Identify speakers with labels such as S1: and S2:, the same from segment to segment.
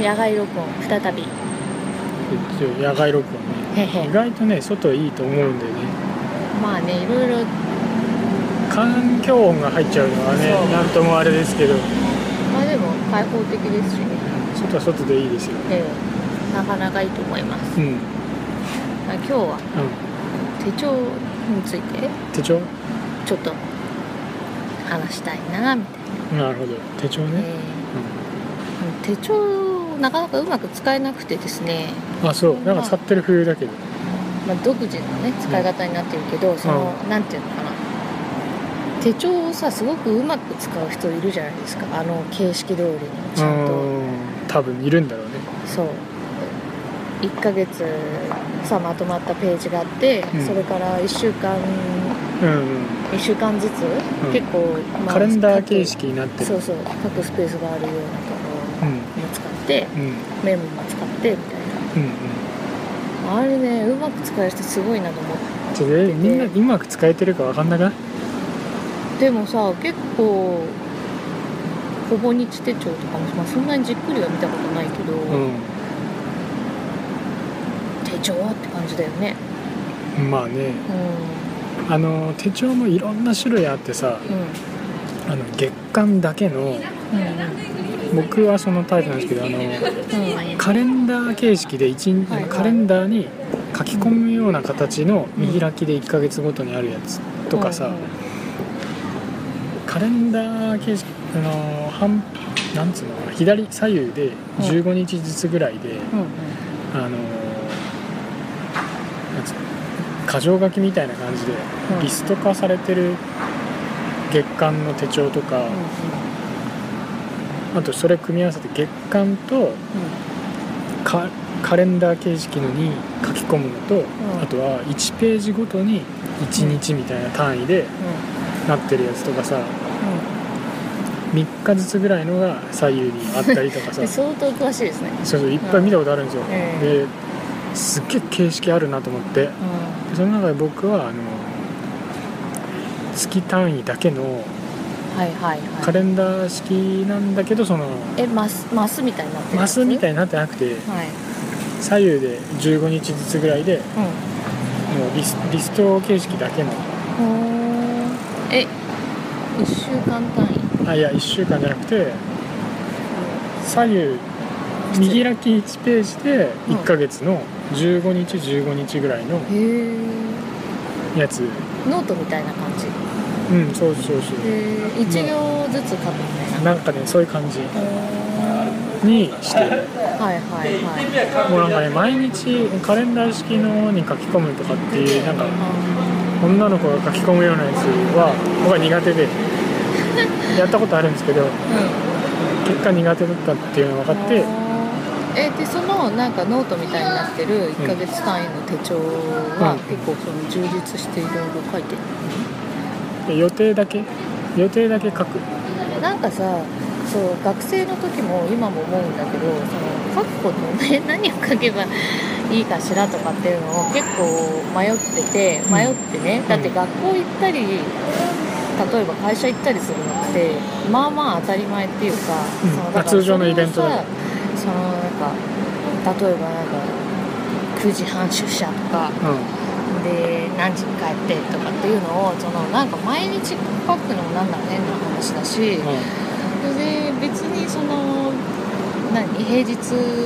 S1: 野外録音再び
S2: 一応野外録音ね
S1: へへ
S2: 意外とね外いいと思うんだよね
S1: まあねいろいろ
S2: 環境音が入っちゃうのはね
S1: そう
S2: なんともあれですけど
S1: まあでも開放的ですしね、
S2: 外は外でいいですよ
S1: ええなかなかいいと思います
S2: う、ん、うん、
S1: まあ今日は手帳について
S2: 手帳
S1: ちょっと話したいなみたいな、
S2: なるほど手帳ね、
S1: ええ手帳なかなかうまく使えなくてですね、
S2: うん、あそうなんか使ってる風だけど
S1: まあ、独自のね使い方になってるけど、そのなんていうのかな手帳をさすごくうまく使う人いるじゃないですかあの形式通りにちゃんと。
S2: うん多分いるんだろうね
S1: そう1ヶ月さまとまったページがあって、
S2: うん
S1: それから1週間
S2: うん、うん、
S1: 1週間ずつ、
S2: ん
S1: 結構、まあ
S2: カレンダー形式になって
S1: 各
S2: る
S1: そうそう各スペースがあるようなとこ
S2: う
S1: ろ
S2: ん
S1: も使って
S2: うん
S1: メモも使ってみたいな
S2: うんうん
S1: あれねうまく使える人すごいなと思って
S2: ちょっとえみんなうまく使えてるかわかんなくない
S1: でもさ結構ほぼ日手帳とかも、まあ、そんなにじっくりは見たことないけど、
S2: う
S1: 手帳って感じだよね
S2: んまあね
S1: う
S2: あの手帳もいろんな種類あってさ
S1: んうん
S2: あの月間だけの
S1: うん
S2: 僕はそのタイプなんですけどあの
S1: うん
S2: カレンダー形式で一日、
S1: はいはい
S2: カレンダーに書き込むような形の見開きで1ヶ月ごとにあるやつとかさ、
S1: うんうん
S2: カレンダー形式あの半なんつうのかな左左右で15日ずつぐらいで、
S1: うんうん
S2: あのなんつうの箇条書きみたいな感じでリスト化されてる月間の手帳とか、
S1: うんうん
S2: あとそれ組み合わせて月間とカカレンダー形式のに書き込むのと、あとは1ページごとに1日みたいな単位でなってるやつとかさ
S1: うん
S2: 3日ずつぐらいのが左右にあったりとか
S1: う
S2: さ
S1: んで
S2: そう
S1: 相当詳しいですね
S2: そういっぱい見たことあるんですよ、
S1: ええ
S2: ですっげえ形式あるなと思って
S1: うん
S2: でその中で僕はあの月単位だけの
S1: はいはい
S2: カ
S1: はい
S2: レンダー式なんだけどその
S1: えマスマスみたいになってる
S2: マスみた
S1: い
S2: いになってなくて
S1: はい
S2: 左右で15日ずつぐらいでもうリスリスト形式だけ
S1: う
S2: の
S1: んほーえ一週間単位
S2: あいや1週間じゃなくて左右右開き1ページで
S1: うん
S2: 1ヶ月の15日15日ぐらいの
S1: へえ
S2: やつ
S1: ノートみたいな感じ
S2: うんそうそうそ
S1: へ
S2: う
S1: え1行ずつ書くみたいな
S2: なんかねそういう感じ
S1: ほ
S2: にして
S1: ー
S2: る
S1: はいはいはい
S2: もうなんかね毎日カレンダー式のに書き込むとかっていうなんか
S1: あ
S2: 女の子が書き込むようなやつは僕は苦手でやったことあるんですけど
S1: ー
S2: 結果苦手だったっていうのが
S1: う
S2: 分
S1: ん
S2: かっ
S1: あー
S2: て
S1: えでそのなんかノートみたいになってる1ヶ月単位の手帳は
S2: うん
S1: 結構その充実していろいろ書いてる
S2: で予定だけ予定だけ書く
S1: なんかさそう学生の時も今も思うんだけどその書くことね 何を書けばいいかしらとかっていうのを結構迷ってて
S2: うん
S1: 迷ってね、だって学校行ったり例えば会社行ったりするのってまあまあ当たり前っていうか,、
S2: うん
S1: その
S2: まあ通常のイベント
S1: そ
S2: だ
S1: れを
S2: よ
S1: さそのなんか例えばなんか9時半出社とか
S2: う
S1: で何時に帰ってとかっていうのをそのなんか毎日書くのもなんだか変な話だし。
S2: ん、うん
S1: で別にその何平日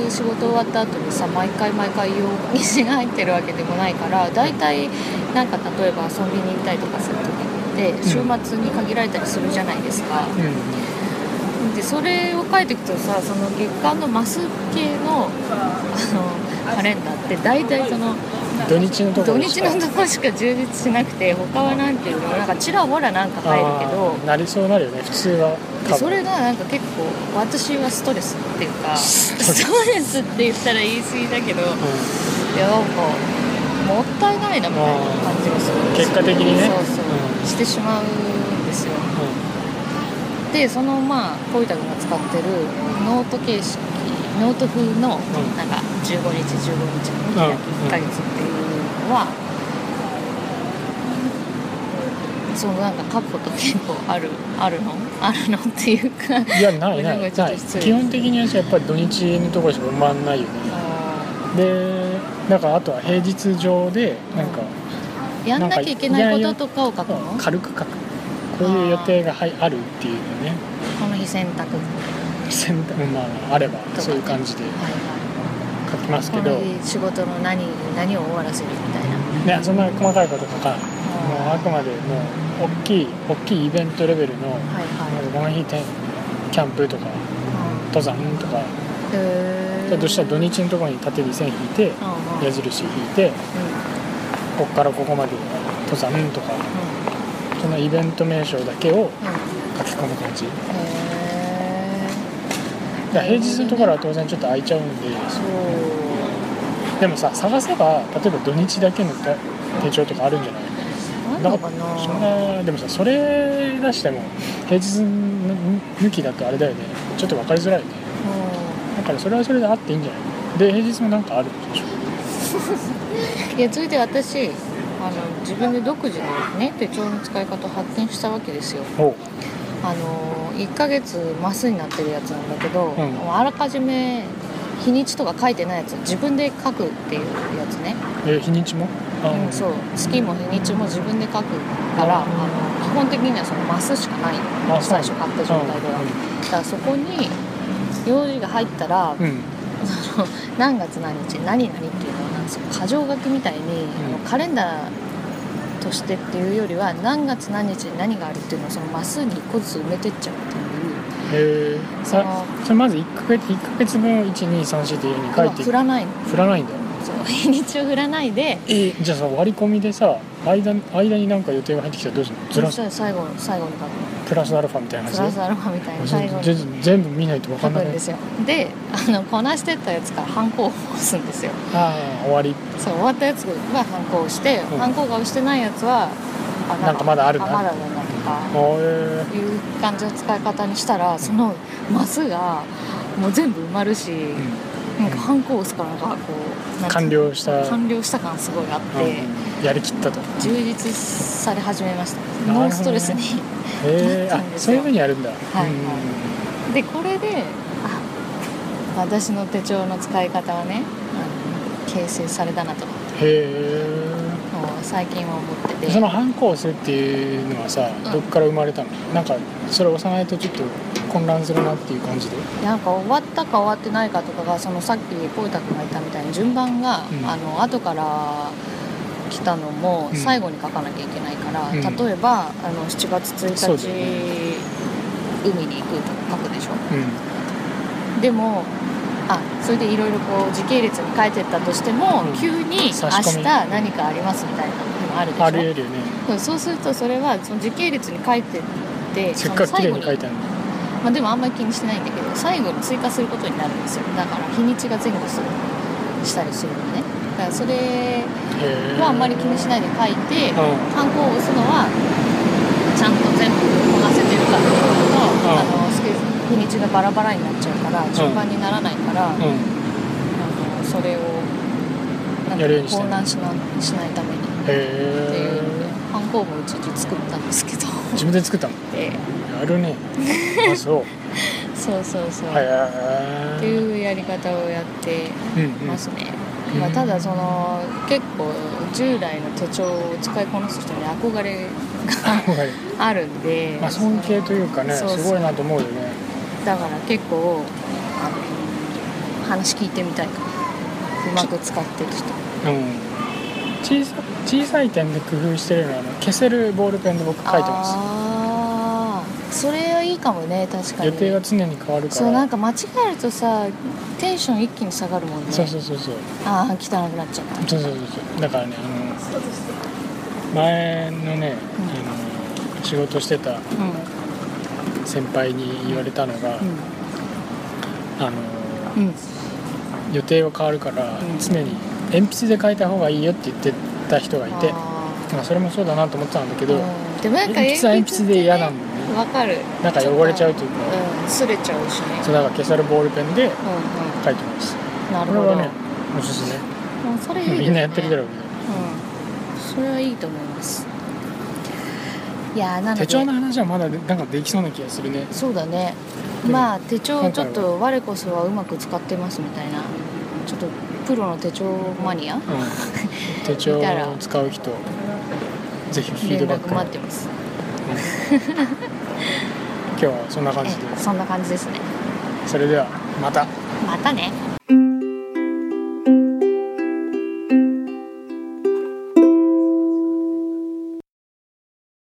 S1: 仕事終わった後にさ毎回毎回用にしが入ってるわけでもないから大体なんか例えば遊びに行ったりとかする時って週末に限られたりするじゃないですか、
S2: う
S1: でそれを書いていくとさその月間のマス系のあのカレンダーって大体その
S2: ん、土日のとこ
S1: 土
S2: ろし
S1: 日
S2: か
S1: のとこしか充実しなくて他はなんていうのなんかちらほらなんか入るけど
S2: あーなりそうなるよね普通は
S1: で
S2: 多分
S1: それがなんか結構私はストレスっていうか
S2: ス
S1: ス
S2: トレス
S1: トレスって言ったら言い過ぎだけど
S2: うん
S1: いやなんかもったいないなみたいな感じがするんですよ
S2: 結果的に
S1: そ
S2: ね
S1: うそう、
S2: うん
S1: してしまうんですよでそのまあポイタ君が使ってるノート形式ノート風の
S2: ん
S1: なんか15日15日の見開き
S2: うん
S1: 1ヶ月っていうのは、そうなんか書くこと結構あるあるのあるのっていうか
S2: いやないな
S1: ごめん
S2: い
S1: なさ
S2: ない
S1: ちょっと
S2: い
S1: 失礼
S2: 基本的にはやっぱり土日のところしか埋まんないよねでだからあとは平日上でなんか、
S1: やんなきゃいけないこととかを書くの
S2: 軽く書くこういう予定がはいあるっていうのね
S1: この日洗濯とか
S2: 選択まああれば
S1: ね
S2: そういう感じで
S1: はいは
S2: 書きますけ
S1: い、
S2: ど
S1: この日仕事の何何を終わらせるみたいな
S2: ねそんな細かいこと書かないもうあくまでもう大きい大きいイベントレベルの
S1: はい
S2: なん
S1: は
S2: かこの日てキャンプとか
S1: い
S2: 登山とか
S1: うんへ
S2: じゃあどうしたら土日のところに縦に線引いて
S1: うんうん
S2: 矢印引いてこっからここまで登山とか
S1: う
S2: そのイベント名称だけを
S1: んうんうん
S2: 書き込む感じだか
S1: へー
S2: ら平日のところは当然ちょっと空いちゃうんで
S1: そう
S2: でもさ探せば例えば土日だけの手手帳とかあるんじゃない
S1: なんのかな
S2: そんなでもさそれ出しても平日抜きだとあれだよねちょっと分かりづらいよね
S1: う
S2: だからそれはそれであっていいんじゃないで平日もなんかあるでしょ
S1: んいや続いて私あの自分で独自のね手帳の使い方を発見したわけですよ
S2: おう
S1: あの1ヶ月マスになってるやつなんだけど、
S2: うん
S1: もうあらかじめ日にちとか書いてないやつ自分で書くっていうやつね、
S2: え日にちもあ
S1: うん、そう月も日にちも自分で書くから、
S2: うん
S1: あの基本的にはそのマスしかない
S2: あそ
S1: 最
S2: う
S1: 初買った状態では、だからそこに用事が入ったら、
S2: うんうん
S1: その何月何日何々っていうのはなんかその箇条書きみたいに、
S2: うん
S1: あのカレンダーとしてっていうよりは何月何日に何があるっていうのをそのマスに1個ずつ埋めてっちゃうっていう
S2: へえ
S1: そ
S2: さ
S1: の
S2: それまず1ヶ月一ヶ月分を1234っていう風に書いてい
S1: 振らないの
S2: 振らないんだよ
S1: そう日にちを振らないで
S2: えじゃあさ割り込みでさ間間になんか予定が入ってきたらどうするのずら
S1: そした
S2: す
S1: ら最後の最後に書くの
S2: プラスアルファみたいな
S1: プラ
S2: 感
S1: スアルファみたいに
S2: じ
S1: 最後
S2: 全
S1: に
S2: 然全部見ないと分か
S1: 書
S2: んな
S1: く
S2: い
S1: んですよであのこなしてったやつからハンコを押すんですよ
S2: ああ終わり
S1: そう終わったやつはハンコを押して、
S2: うん
S1: ハンコが押してないやつはあ
S2: なんかまだあるな
S1: まだだなとか
S2: おえ
S1: いう感じの使い方にしたらそのマスがもう全部埋まるし、なんかハンコを押すからなんかこうなんていう
S2: 完
S1: の
S2: 了した、
S1: 完了した感すごいあって、
S2: うんやりきったと
S1: 充実され始めました
S2: ほどね
S1: ノンストレスに
S2: へえ
S1: なっちゃうん
S2: あ
S1: ですよ
S2: そういうふうにやるんだ、
S1: はいでこれであ私の手帳の使い方はねあの形成されたなとも
S2: うんへ
S1: う最近は思って
S2: え
S1: て
S2: その反抗性っていうのはさ、
S1: うん
S2: どっから生まれたのなんかそれ押さないとちょっと混乱するなっていう感じで
S1: なんか終わったか終わってないかとかがそのさっきポイタ君が言ったみたいに順番が、
S2: うん
S1: あの後から来たのも
S2: うん
S1: 最後に書かなきゃいけないから、
S2: うん
S1: 例えばあの7月1
S2: そう
S1: 日、
S2: だよね
S1: 海に行くとか書くでしょ
S2: うん
S1: でもあそれでいろいろこう時系列に書いてったとしても、
S2: うん
S1: 急に明日
S2: 差し込み
S1: 何かありますみたいなのもあるでしょ
S2: ありえるよね
S1: うんそうするとそれはその時系列に書いてって
S2: せっか
S1: そ
S2: く
S1: の最
S2: 綺麗
S1: 後
S2: に書いたのに
S1: まあ、でもあんまり気にしてないんだけど最後に追加することになるんですよだから日にちが前後するしたりするのねだからそれ
S2: へえ
S1: はあんまり気にしないで書いて
S2: うん
S1: 観光を押すのはちゃんと全部こなせてるかっていうのと
S2: う
S1: あ
S2: ん
S1: のスケジュール日にちがバラバラになっちゃうから順番にならないから、あ
S2: う
S1: の
S2: ん
S1: それをなん
S2: やるように
S1: か
S2: してる
S1: 混乱しなしないためにっ
S2: へ
S1: ていうので
S2: え
S1: 観光も一時作ったんですけど
S2: 自分で作ったの
S1: で
S2: やる ねあそう
S1: そうそうそう、
S2: へ
S1: って
S2: え
S1: いうやり方をやって
S2: うんうん
S1: ますね、
S2: うん
S1: まあ、ただその結構従来の手帳を使いこなす人に憧れ
S2: はい
S1: が あるんで、
S2: まあ、尊敬というかね
S1: そうそう
S2: すごいなと思うよね
S1: だから結構あの話聞いてみたいかもうまく使ってる人
S2: うん小さ小さい点で工夫してるのはあの消せるボールペンで僕書いてます
S1: ああそれはいいかもね確かに
S2: 予定が常に変わるから
S1: そうなんか間違えるとさテンション一気に下がるもんね
S2: そうそうそうそう
S1: ああ汚くなっちゃった
S2: そうそうそうそうだからねあの前のね、あの仕事してた
S1: うん
S2: 先輩に言われたのが、あの
S1: うんうん
S2: 予定は変わるから
S1: うん
S2: 常に鉛筆で書いた方がいいよって言ってた人がいて
S1: あー
S2: まあそれもそうだなと思ってたんだけど、
S1: うんでもなんか
S2: 鉛筆は鉛筆で嫌なんだよね
S1: わかる
S2: なんか汚れちゃうというか、
S1: うん擦れちゃうしね
S2: そうだから消せるボールペンで
S1: うんう
S2: 書いてます
S1: んな
S2: こ
S1: る
S2: れ
S1: ほど
S2: はねおすすめ
S1: うんそれいいですね
S2: みんなやってるだろう
S1: うんそれはいいと思いますいやーなので
S2: 手帳の話はまだでなんかできそうな気がするね
S1: そうだね
S2: でも
S1: まあ手帳をちょっ
S2: 今回
S1: と我こそはうまく使ってますみたいなちょっとプロの手帳マニア
S2: うん手帳を使う人ぜひフィー
S1: 連
S2: ドバッ
S1: 絡
S2: ク
S1: 待ってます
S2: 今日はそんな感じで
S1: えそんな感じですね
S2: それではまた
S1: またね